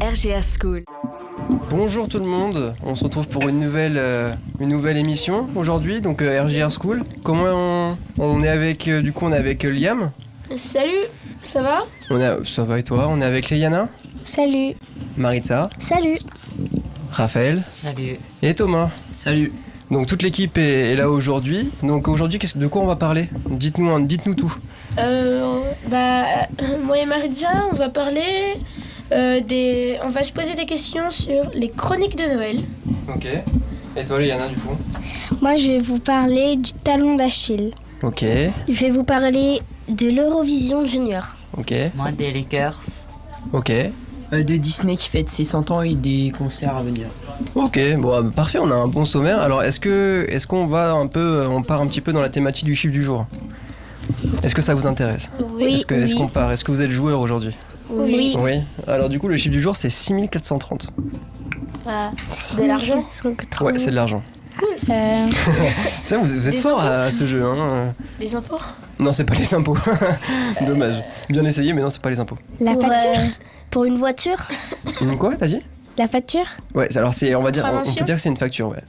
RGR School. Bonjour tout le monde, on se retrouve pour une nouvelle, euh, une nouvelle émission aujourd'hui, donc euh, RGR School. Comment on, on est avec, euh, du coup on est avec euh, Liam, Salut, ça va on a, ça va et toi, on est avec Léana, Salut. Maritza, Salut. Raphaël Salut. et Thomas. Salut. Donc toute l'équipe est, est là aujourd'hui. Donc aujourd'hui, qu'est-ce- de quoi on va parler Dites-nous un- dites-nous tout. Euh, bah, euh, moi et Maritza, on va parler euh, des. On va se poser des questions sur les chroniques de Noël. Ok. Et toi Léana du coup Moi, je vais vous parler du talon d'Achille. Ok, Je vais vous parler de l'Eurovision Junior. ok, Moi des Lakers. ok. Euh, de Disney qui fête ses 100 ans et des concerts à venir. Ok, bon, ah, bah, parfait, on a un bon sommaire. Alors, est-ce que, est-ce qu'on va un peu, euh, on part un petit peu dans la thématique du chiffre du jour Est-ce que ça vous intéresse Oui, Est-ce que, est-ce qu'on part Est-ce que vous êtes joueur aujourd'hui oui. Oui. Alors, du coup, le chiffre du jour, c'est 6430. de l'argent Ouais, c'est de l'argent. Ça, vous, vous êtes Des fort impôts. à ce jeu, hein Des infos Non, c'est pas les impôts. Dommage. Bien essayé, mais non, c'est pas les impôts. La Pour, facture Pour une voiture Une quoi, t'as dit La facture Ouais, c'est- alors c'est, on va dire, on- on, peut Contravention dire que c'est une facture, ouais.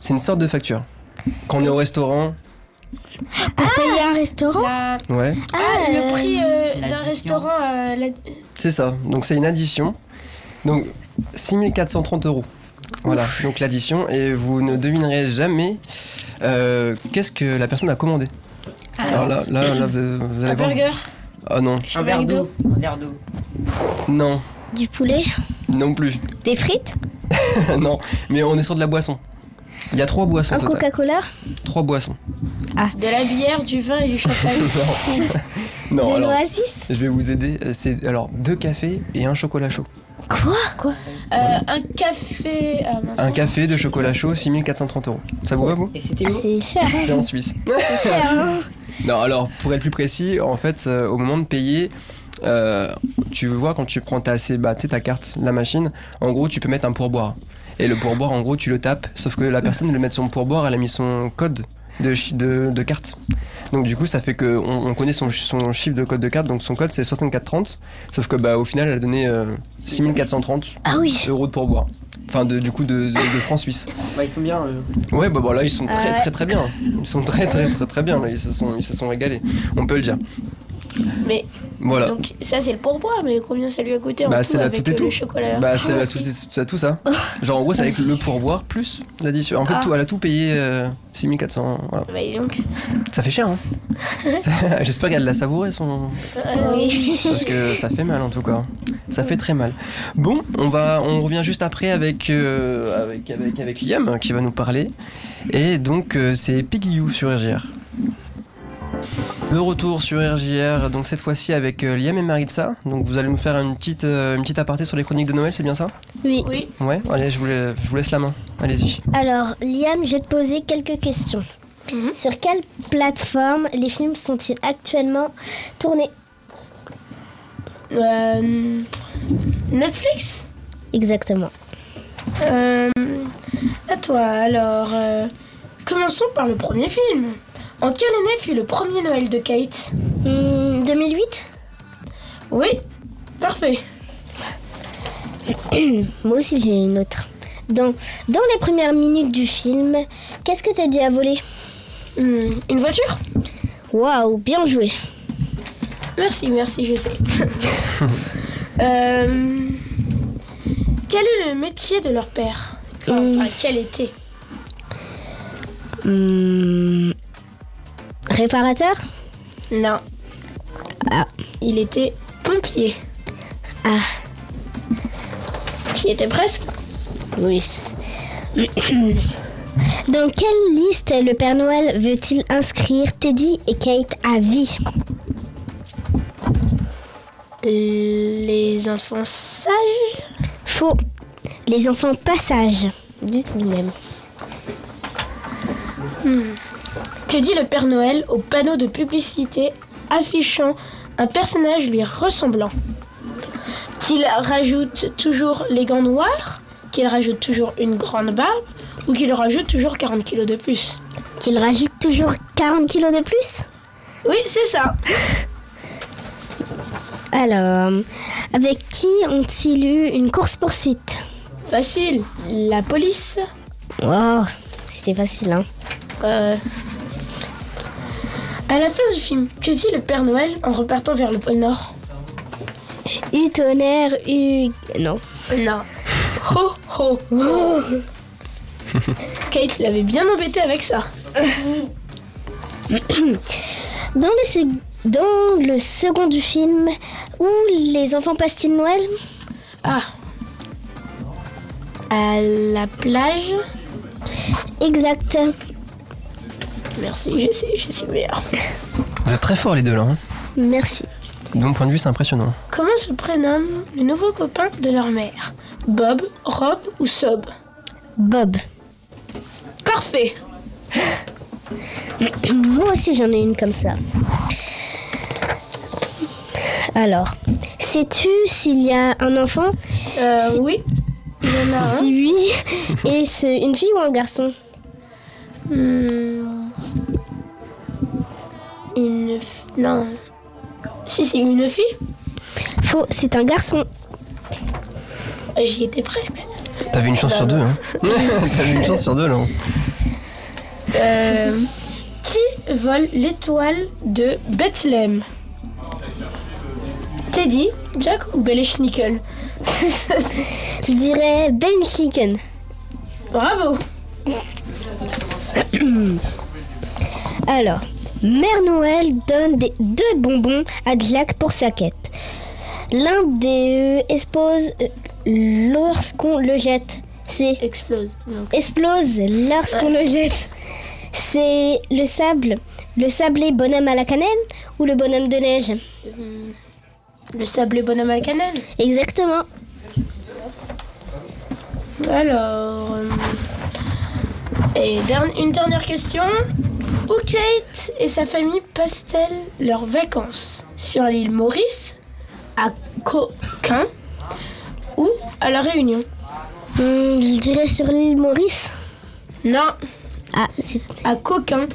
C'est une sorte de facture. Quand on est au restaurant, Pour payer un restaurant La- ouais. Ah, le prix euh, d'un l'addition. restaurant. euh, la- C'est ça. Donc c'est une addition. Donc 6430 euros. Voilà, donc l'addition. Et vous ne devinerez jamais euh, qu'est-ce que la personne a commandé. Ah. Alors là, là, là, vous, allez- vous allez Un voir. burger. Ah non, Un verre d'eau. Un verre d'eau. non, Du poulet non plus. Des frites non, mais on est sur de la boisson. Il y a trois boissons Un au total. Coca-Cola Trois boissons. De la bière, du vin et du champagne. Non, De alors, l'oasis je vais vous aider. Euh, C'est alors deux cafés et un chocolat chaud. Euh, un café. ah, mince. Un café de chocolat chaud, 6430 euros. Ça vous va, vous Et c'était Ah, où C'est cher. C'est en Suisse. c'est cher, hein. Non, alors pour être plus précis, en fait, euh, au moment de payer, euh, tu vois quand tu prends ta, C- bah, tu sais, ta carte, la machine, en gros, tu peux mettre un pourboire. Et le pourboire, en gros, tu le tapes, sauf que la personne le met son pourboire, elle a mis son code de, chi- de, de carte. Donc du coup, ça fait que on, on connaît son, chi- son chiffre de code de carte, donc son code c'est 6430, sauf que bah au final, elle a donné euh, 6430 Ah oui. euros de pourboire. Enfin, de- du coup, de, de, de francs suisses. Bah, ils sont bien. euh. Ouais, bah, bon, là, ils sont très, Ouais. très, très bien. Ils sont très, très, très, très bien. Là, ils se sont, ils se sont régalés. On peut le dire. Mais Voilà. donc, ça, c'est le pourboire, mais combien ça lui a coûté en Bah, tout c'est la avec tout et euh, tout. le chocolat bah, c'est Ah, la si. tout, c'est la tout ça. Genre, en gros, c'est avec le pourboire plus l'addition. En fait, Ah. tout, elle a tout payé euh, 6400. Voilà. Bah, dis donc. Ça fait cher, hein. Ça- J'espère qu'elle l'a savouré, son. Euh, Oui. Parce que ça fait mal, en tout cas. Ça fait très mal. Bon, on, va, on revient juste après avec, euh, avec, avec, avec Liam hein, qui va nous parler. Et donc, euh, c'est Piggy You sur RGR. De retour sur RJR, donc cette fois-ci avec euh, Liam et Maritza. Donc vous allez nous faire une petite, euh, une petite aparté sur les chroniques de Noël, c'est bien ça Oui. Oui. Ouais, allez, je vous, la- je vous laisse la main. Allez-y. Alors, Liam, je vais te poser quelques questions. Mhm. Sur quelle plateforme les films sont-ils actuellement tournés Euh, Netflix Exactement. Euh, À toi, alors. euh, commençons par le premier film. En quelle année fut le premier Noël de Kate Hmm, 2008 Oui, parfait. Moi aussi j'ai une autre. Dans, dans les premières minutes du film, qu'est-ce que t'as dit à voler Hmm, une voiture Waouh, bien joué. Merci, merci, je sais. Euh, quel est le métier de leur père Enfin, quel était Hmm, Réparateur Non. Ah. Il était pompier. Ah. Qui était presque Oui. dans quelle liste le Père Noël veut-il inscrire Teddy et Kate à vie Les enfants sages Faux. Les enfants passage. Du tout même. Que dit le Père Noël au panneau de publicité affichant un personnage lui ressemblant Qu'il rajoute toujours les gants noirs Qu'il rajoute toujours une grande barbe Ou qu'il rajoute toujours 40 kilos de plus Qu'il rajoute toujours 40 kilos de plus Oui, c'est ça. Alors, avec qui ont-ils eu une course-poursuite Facile, la police. Wow, c'était facile, hein. Euh... À la fin du film, que dit le Père Noël en repartant vers le pôle Nord U tonnerre, U... Non. Non. Ho ho Kate l'avait bien embêté avec ça. Dans, les sec- Dans le second du film, où les enfants passent-ils Noël Ah. À la plage. Exact. Merci, je sais, je suis meilleure. Vous êtes très forts les deux là. hein. Merci. De mon point de vue, c'est impressionnant. Comment se prénomme le nouveau copain de leur mère Bob, Rob ou Sob Bob. Parfait Moi aussi j'en ai une comme ça. Alors, sais-tu s'il y a un enfant Euh, oui. Il y en a un. Si oui, et c'est une fille ou un garçon Hmm. Une. f- Non. Si, c'est une fille. Faux, c'est un garçon. J'y étais presque. T'avais une chance sur deux. Hein. T'avais une chance sur deux là. Euh, qui vole l'étoile de Bethlehem Teddy, Jack ou Belé Schnickel Je dirais Ben Chicken. Bravo Alors, Mère Noël donne des- deux bonbons à Jack pour sa quête. L'un des œufs explose euh, lorsqu'on le jette. C'est Explose. donc. explose lorsqu'on le jette. C'est le sable. Le sablé bonhomme à la cannelle ou le bonhomme de neige Le sablé bonhomme à la cannelle Exactement. Alors. euh, Et dern- une dernière question. Où Kate et sa famille passent-elles leurs vacances Sur l'île Maurice À Coquin Ou à La Réunion Hmm, je dirais sur l'île Maurice. Non, Ah, c'est à Coquin.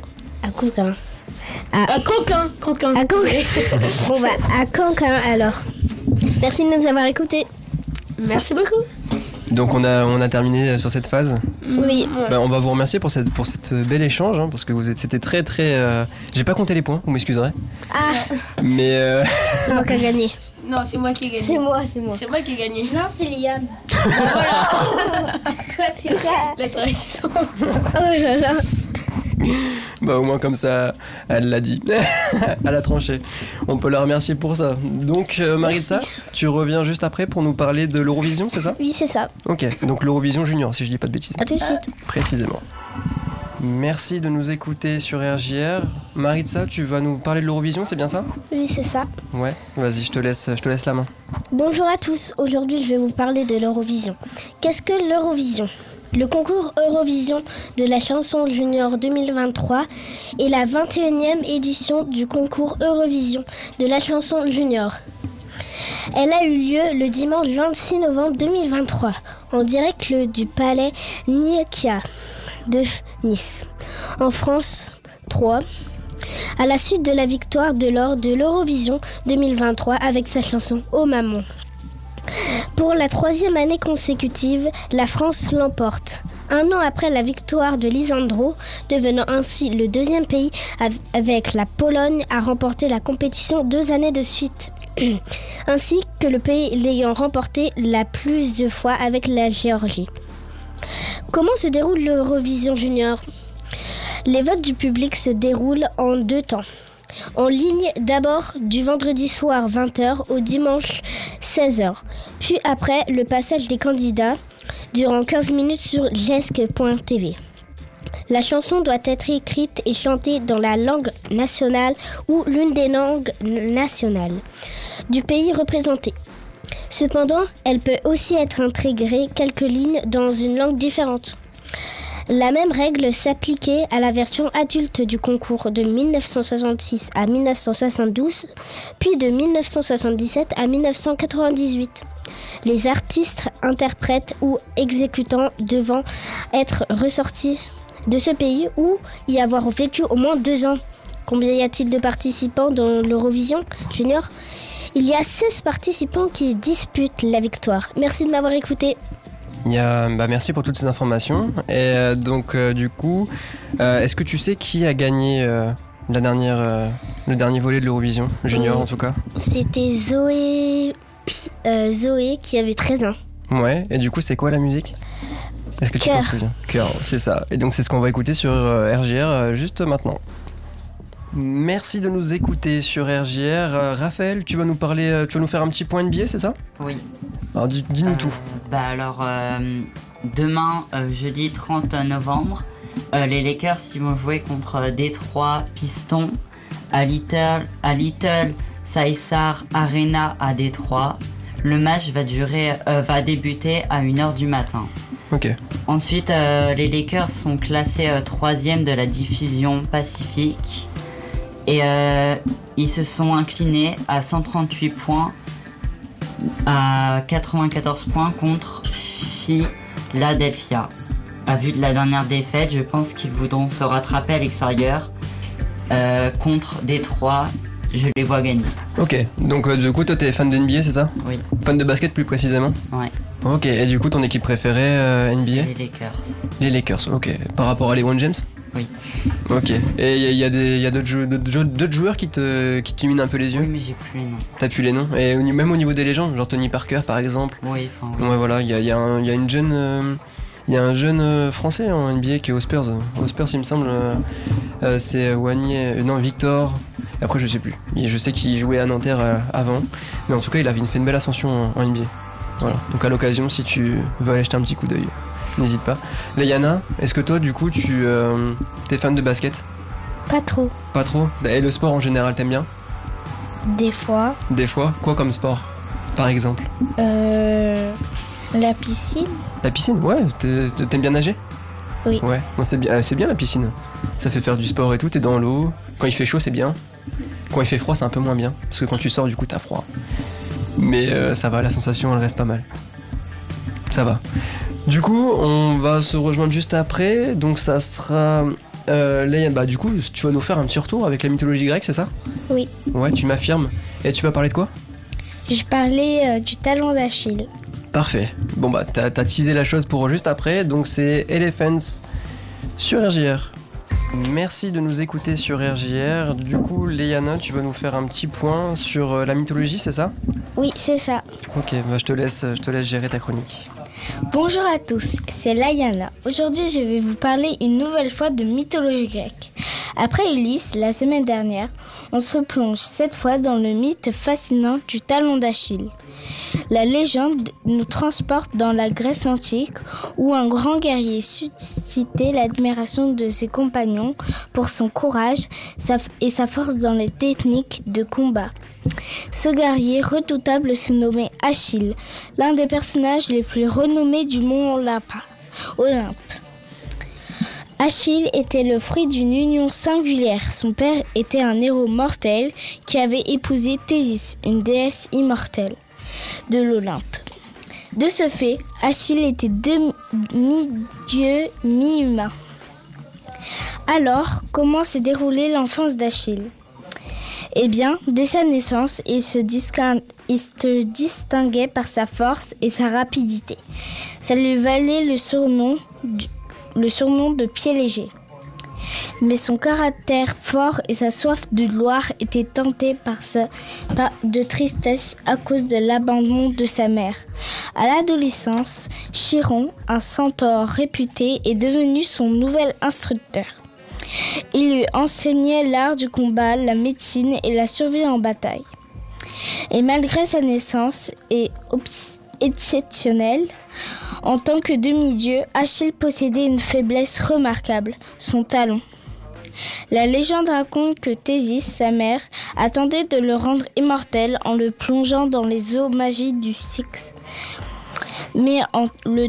à Cancan. À Canquin. Canquin. À Canquin. désolé. Bon bah, à Cancan alors. Merci de nous avoir écoutés. Merci beaucoup. Donc on a, on a terminé euh, sur cette phase. Oui. Ouais. Bah, on va vous remercier pour cette, pour cette belle échange hein, parce que vous êtes, c'était très très. euh, J'ai pas compté les points, vous m'excuserez. Ah, Mais euh, c'est moi qui a gagné. Non, c'est moi qui ai gagné. moi, c'est moi. C'est moi qui ai gagné. Non, c'est Liam. La trahison. Oh là là. bah, au moins comme ça, elle l'a dit. elle a tranché. On peut la remercier pour ça. Donc euh, Maritza, tu reviens juste après pour nous parler de l'Eurovision, c'est ça Oui, c'est ça. Ok. Donc l'Eurovision Junior, si je dis pas de bêtises. À tout de suite. Précisément. Merci de nous écouter sur RJR. Maritza, tu vas nous parler de l'Eurovision, c'est bien ça Oui, c'est ça. Ouais. Vas-y, je te laisse, je te laisse la main. Bonjour à tous, aujourd'hui je vais vous parler de l'Eurovision. Qu'est-ce que l'Eurovision Le concours Eurovision de la chanson junior 2023 est la 21e édition du concours Eurovision de la chanson junior. Elle a eu lieu le dimanche 26 novembre 2023 en direct le- du palais Nikia de Nice, en France 3 à la suite de la victoire de l'or de l'Eurovision 2023 avec sa chanson Oh maman. Pour la troisième année consécutive, la France l'emporte. Un an après la victoire de Lisandro, devenant ainsi le deuxième pays av- avec la Pologne à remporter la compétition deux années de suite, ainsi que le pays l'ayant remporté la plus de fois avec la Géorgie. Comment se déroule l'Eurovision junior les votes du public se déroulent en deux temps. En ligne d'abord du vendredi soir 20h au dimanche 16h, puis après le passage des candidats durant 15 minutes sur jesk.tv. La chanson doit être écrite et chantée dans la langue nationale ou l'une des langues n- nationales du pays représenté. Cependant, elle peut aussi être intégrée quelques lignes dans une langue différente. La même règle s'appliquait à la version adulte du concours de 1966 à 1972, puis de 1977 à 1998. Les artistes, interprètes ou exécutants devant être ressortis de ce pays ou y avoir vécu au moins deux ans. Combien y a-t-il de participants dans l'Eurovision Junior Il y a 16 participants qui disputent la victoire. Merci de m'avoir écouté. Il y a- bah, merci pour toutes ces informations. Et euh, donc, euh, du coup, euh, est-ce que tu sais qui a gagné euh, la dernière, euh, le dernier volet de l'Eurovision Junior, Euh. en tout cas. C'était Zoé... euh, Zoé qui avait 13 ans. Ouais, et du coup, c'est quoi la musique Est-ce que tu t'en Cœur. souviens Cœur, c'est ça. Et donc, c'est ce qu'on va écouter sur euh, RJR euh, juste maintenant. Merci de nous écouter sur RJR. Euh, Raphaël, tu vas nous parler, euh, tu vas nous faire un petit point NBA, c'est ça Oui. Alors, dis- dis-nous Euh, tout. Bah alors, euh, demain, euh, jeudi 30 novembre, euh, les Lakers ils vont jouer contre euh, Détroit Pistons à Little, à Little Caesar Arena à Détroit. Le match va, durer, euh, va débuter à 1h du matin. Ok. Ensuite, euh, les Lakers sont classés euh, troisième de la diffusion Pacifique. Et euh, ils se sont inclinés à 138 points à 94 points contre Philadelphia. À vue de la dernière défaite, je pense qu'ils voudront se rattraper à l'extérieur euh, contre Détroit. Je les vois gagner. Ok, donc euh, du coup, toi, t'es fan de NBA, c'est ça Oui. Fan de basket plus précisément Ouais. Ok, et du coup, ton équipe préférée euh, c'est NBA Les Lakers. Les Lakers, ok. Par rapport à LeBron James Oui. Ok. Et il y a, y a des- y a d'autres jou- d'autres jou- d'autres joueurs qui te qui t'illuminent un peu les yeux Oui, mais j'ai plus les noms. T'as pu les noms. Et au ni- même au niveau des légendes, genre Tony Parker par exemple. Oui, enfin. oui. Ouais, voilà, il y a, y a un- y a une jeune. euh, il y a un jeune euh, français en NBA qui est aux Spurs. Aux Spurs, il me semble. euh, euh, c'est Wany. euh, non, Victor. Et après, je sais plus. Il- Je sais qu'il jouait à Nanterre euh, avant. Mais en tout cas, il avait une- fait une belle ascension en, en NBA. Voilà. Donc, à l'occasion, si tu veux aller jeter un petit coup d'œil, n'hésite pas. Léana, est-ce que toi, du coup, tu euh, t'es fan de basket Pas trop. Pas trop Bah, Et le sport en général, t'aimes bien Des fois, Des fois Quoi comme sport Par exemple euh, la piscine. La piscine, ouais, t'es- t'aimes bien nager Oui. Ouais, non, c'est bien, euh, c'est bien la piscine. Ça fait faire du sport et tout, t'es dans l'eau. Quand il fait chaud, c'est bien. Quand il fait froid, c'est un peu moins bien. Parce que quand tu sors, du coup, t'as froid. Mais euh, ça va, la sensation, elle reste pas mal. Ça va. Du coup, on va se rejoindre juste après. Donc ça sera... Euh, Leïla, bah du coup, tu vas nous faire un petit retour avec la mythologie grecque, c'est ça Oui. Ouais, tu m'affirmes. Et tu vas parler de quoi Je parlais euh, du talon d'Achille. Parfait. Bon bah t'as t'as teasé la chose pour juste après, donc c'est Elephants sur RJR. Merci de nous écouter sur RJR. Du coup, Léana, tu vas nous faire un petit point sur euh, la mythologie, c'est ça Oui, c'est ça. Ok, bah je te laisse, je te laisse gérer ta chronique. Bonjour à tous, c'est Layana. Aujourd'hui, je vais vous parler une nouvelle fois de mythologie grecque. Après Ulysse, la semaine dernière, on se plonge cette fois dans le mythe fascinant du talon d'Achille. La légende nous transporte dans la Grèce antique où un grand guerrier suscitait l'admiration de ses compagnons pour son courage sa- et sa force dans les techniques de combat. Ce guerrier redoutable se nommait Achille, l'un des personnages les plus renommés du mont Olympe. Olympe. Achille était le fruit d'une union singulière. Son père était un héros mortel qui avait épousé Thésis, une déesse immortelle de l'Olympe. De ce fait, Achille était demi-dieu, mi-humain. Alors, comment s'est déroulée l'enfance d'Achille eh bien, dès sa naissance, il se, disquin- il se distinguait par sa force et sa rapidité. Ça lui valait le surnom, du- le surnom de pied léger. Mais son caractère fort et sa soif de gloire étaient tentés par, sa, par- de tristesse à cause de l'abandon de sa mère. À l'adolescence, Chiron, un centaure réputé, est devenu son nouvel instructeur. Il lui enseignait l'art du combat, la médecine et la survie en bataille. Et malgré sa naissance et obs- exceptionnelle, en tant que demi-dieu, Achille possédait une faiblesse remarquable, son talon. La légende raconte que Thésis, sa mère, attendait de le rendre immortel en le plongeant dans les eaux magiques du Styx. Mais en le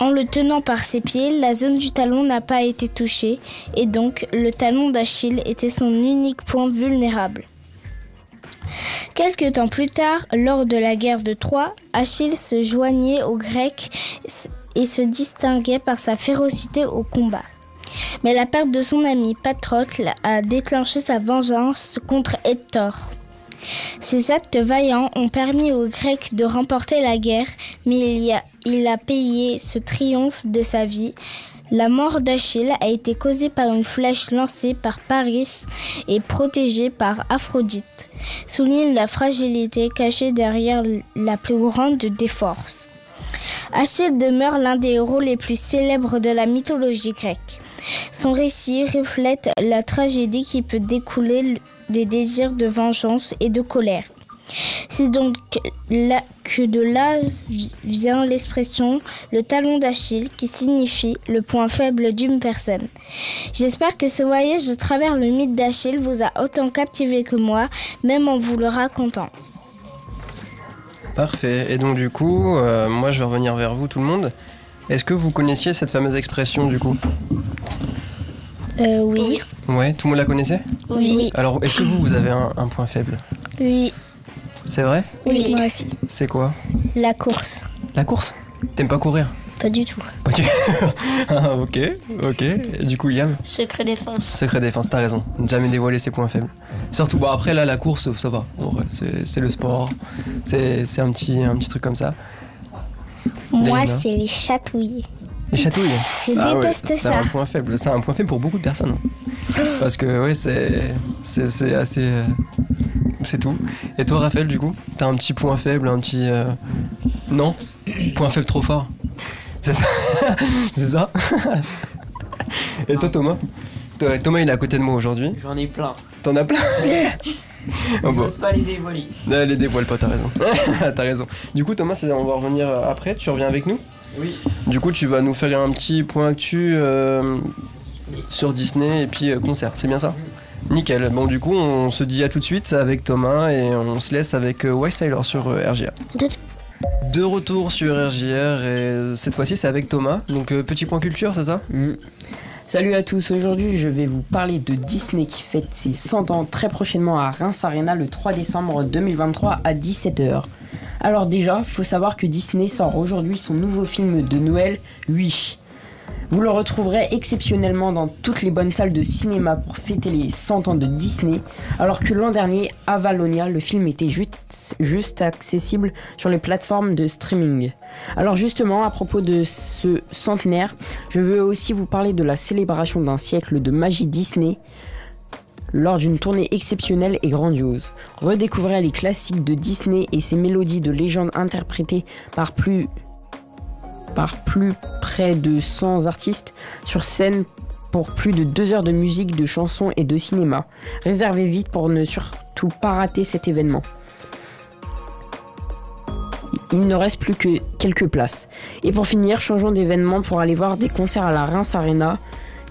en le tenant par ses pieds, la zone du talon n'a pas été touchée et donc le talon d'Achille était son unique point vulnérable. Quelque temps plus tard, lors de la guerre de Troie, Achille se joignait aux Grecs et se distinguait par sa férocité au combat. Mais la perte de son ami Patrocle a déclenché sa vengeance contre Hector. Ces actes vaillants ont permis aux Grecs de remporter la guerre, mais il, y a, il a payé ce triomphe de sa vie. La mort d'Achille a été causée par une flèche lancée par Paris et protégée par Aphrodite, souligne la fragilité cachée derrière l- la plus grande des forces. Achille demeure l'un des héros les plus célèbres de la mythologie grecque. Son récit reflète la tragédie qui peut découler l- des désirs de vengeance et de colère. C'est donc là que de là vi- vient l'expression le talon d'Achille qui signifie le point faible d'une personne. J'espère que ce voyage à travers le mythe d'Achille vous a autant captivé que moi, même en vous le racontant. Parfait. Et donc du coup, euh, moi je vais revenir vers vous tout le monde. Est-ce que vous connaissiez cette fameuse expression du coup Euh, oui. Ouais, tout le monde la connaissait Oui. Alors est-ce que vous, vous avez un, un point faible Oui. C'est vrai Oui. Moi aussi. C'est quoi La course. La course T'aimes pas courir Pas du tout. Pas du- Ah, ok, ok. Et du coup, Liam Secret défense. Secret défense, t'as raison. Ne Jamais dévoiler ses points faibles. Surtout, bon, après, là, la course, ça va. En vrai, c'est c'est le sport. C'est c'est un petit, un petit truc comme ça. Moi, Léna. c'est les chatouilles. Les chatouilles. Je Ah ouais, déteste c'est ça. un point faible. C'est un point faible pour beaucoup de personnes. Parce que, ouais, c'est c'est- c'est assez. euh, c'est tout. Et toi, Raphaël, du coup, t'as un petit point faible, un petit. euh, Non Point faible trop fort. C'est ça C'est ça Et toi, Thomas Toi- Thomas, il est à côté de moi aujourd'hui. J'en ai plein. T'en as plein Oh, bon. pas les dévoiler. Ne les dévoile pas, t'as raison. t'as raison. Du coup, Thomas, on va revenir euh, après. Tu reviens avec nous Oui. Du coup, tu vas nous faire un petit point actu euh, sur Disney et puis euh, concert, c'est bien ça Nickel. Bon, du coup, on se dit à tout de suite avec Thomas et on se laisse avec euh, Wise Tyler sur euh, RGR. De- De retour sur RGR et cette fois-ci, c'est avec Thomas. Donc, euh, petit point culture, c'est ça Mm. Salut à tous, aujourd'hui je vais vous parler de Disney qui fête ses 100 ans très prochainement à Reims Arena le 3 décembre 2023 à 17h. Alors déjà, faut savoir que Disney sort aujourd'hui son nouveau film de Noël, Wish. Vous le retrouverez exceptionnellement dans toutes les bonnes salles de cinéma pour fêter les 100 ans de Disney, alors que l'an dernier, Avalonia, le film était juste, juste accessible sur les plateformes de streaming. Alors justement, à propos de ce centenaire, je veux aussi vous parler de la célébration d'un siècle de magie Disney lors d'une tournée exceptionnelle et grandiose. Redécouvrez les classiques de Disney et ses mélodies de légende interprétées par plus par plus près de 100 artistes sur scène pour plus de deux heures de musique, de chansons et de cinéma. Réservez vite pour ne surtout pas rater cet événement. Il ne reste plus que quelques places. Et pour finir, changeons d'événement pour aller voir des concerts à la Reims Arena.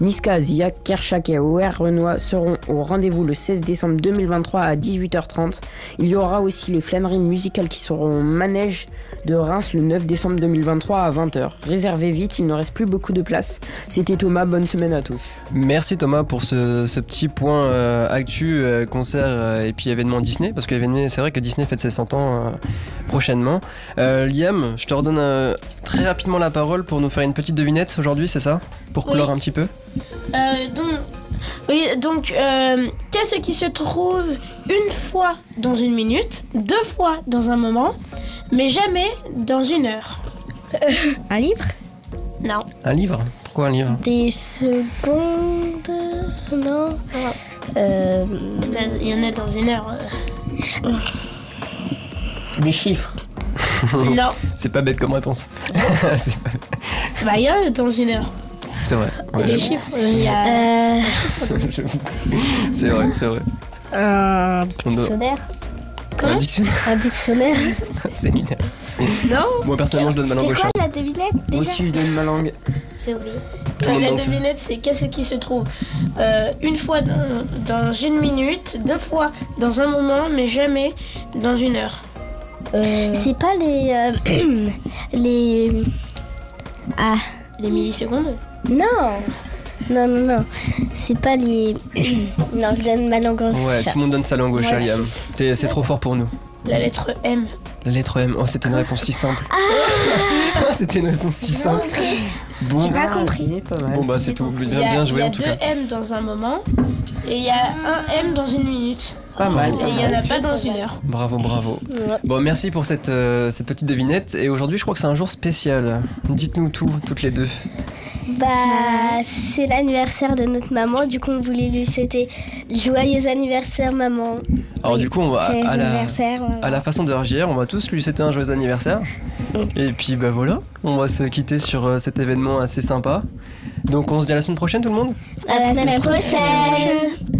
Niska Azia, Kershak et OR Renoir seront au rendez-vous le 16 décembre 2023 à 18h30. Il y aura aussi les flâneries musicales qui seront au manège de Reims le 9 décembre 2023 à 20h. Réservez vite, il ne reste plus beaucoup de place. C'était Thomas, bonne semaine à tous. Merci Thomas pour ce, ce petit point euh, actu, euh, concert euh, et puis événement Disney, parce que événement- c'est vrai que Disney fête ses 100 ans euh, prochainement. Euh, Liam, je te redonne euh, très rapidement la parole pour nous faire une petite devinette aujourd'hui, c'est ça Pour Oui. colorer un petit peu Euh, donc, oui, donc euh, qu'est-ce qui se trouve une fois dans une minute, deux fois dans un moment, mais jamais dans une heure Un livre Non. Un livre Pourquoi un livre Des secondes Non. Euh, Il y en a dans une heure. euh. Des chiffres. non. C'est pas bête comme réponse. c'est pas- Bah, il y en a dans une heure. c'est vrai. Ouais, Les j'avoue. chiffres, il y a. euh, J'avoue. c'est vrai, c'est vrai. Euh, un On doit- dictionnaire Un dictionnaire, Un dictionnaire c'est lunaire. Non Moi personnellement, je donne ma langue au chat. la devinette hein. Moi aussi, je donne ma langue. J'ai oublié. Tout le monde Euh, la danse. devinette, c'est qu'est-ce qui se trouve euh, une fois dans, dans une minute, deux fois dans un moment, mais jamais dans une heure. C'est pas les. euh, les. Ah, Les millisecondes non Non, non, non. C'est pas les. non, je donne ma langue en Ouais, tout le monde donne sa langue au chat, Liam. T'es- C'est trop fort pour nous. La lettre M. La lettre M. Oh, c'était une réponse si simple. Ah, c'était une réponse si simple. Bon, J'ai pas compris. Il est pas mal. bon bah c'est tout. Il Bien, y a, bien il joué y a en tout deux cas. M dans un moment et il y a un M dans une minute. Pas mal. Et il y en a mal. pas dans une heure. Bravo, bravo. Ouais. Bon, merci pour cette, euh, cette petite devinette. Et aujourd'hui, je crois que c'est un jour spécial. Dites-nous tout, toutes les deux. Bah, c'est l'anniversaire de notre maman, du coup on voulait lui souhaiter joyeux anniversaire maman. Alors Oui, du coup, on va joyeux Bah, à la, anniversaire. euh, maman. à la façon de RJR, on va tous lui souhaiter un joyeux anniversaire. Mm. Et puis bah voilà, on va se quitter sur euh, cet événement assez sympa. Donc on se dit à la semaine prochaine tout le monde À la semaine prochaine.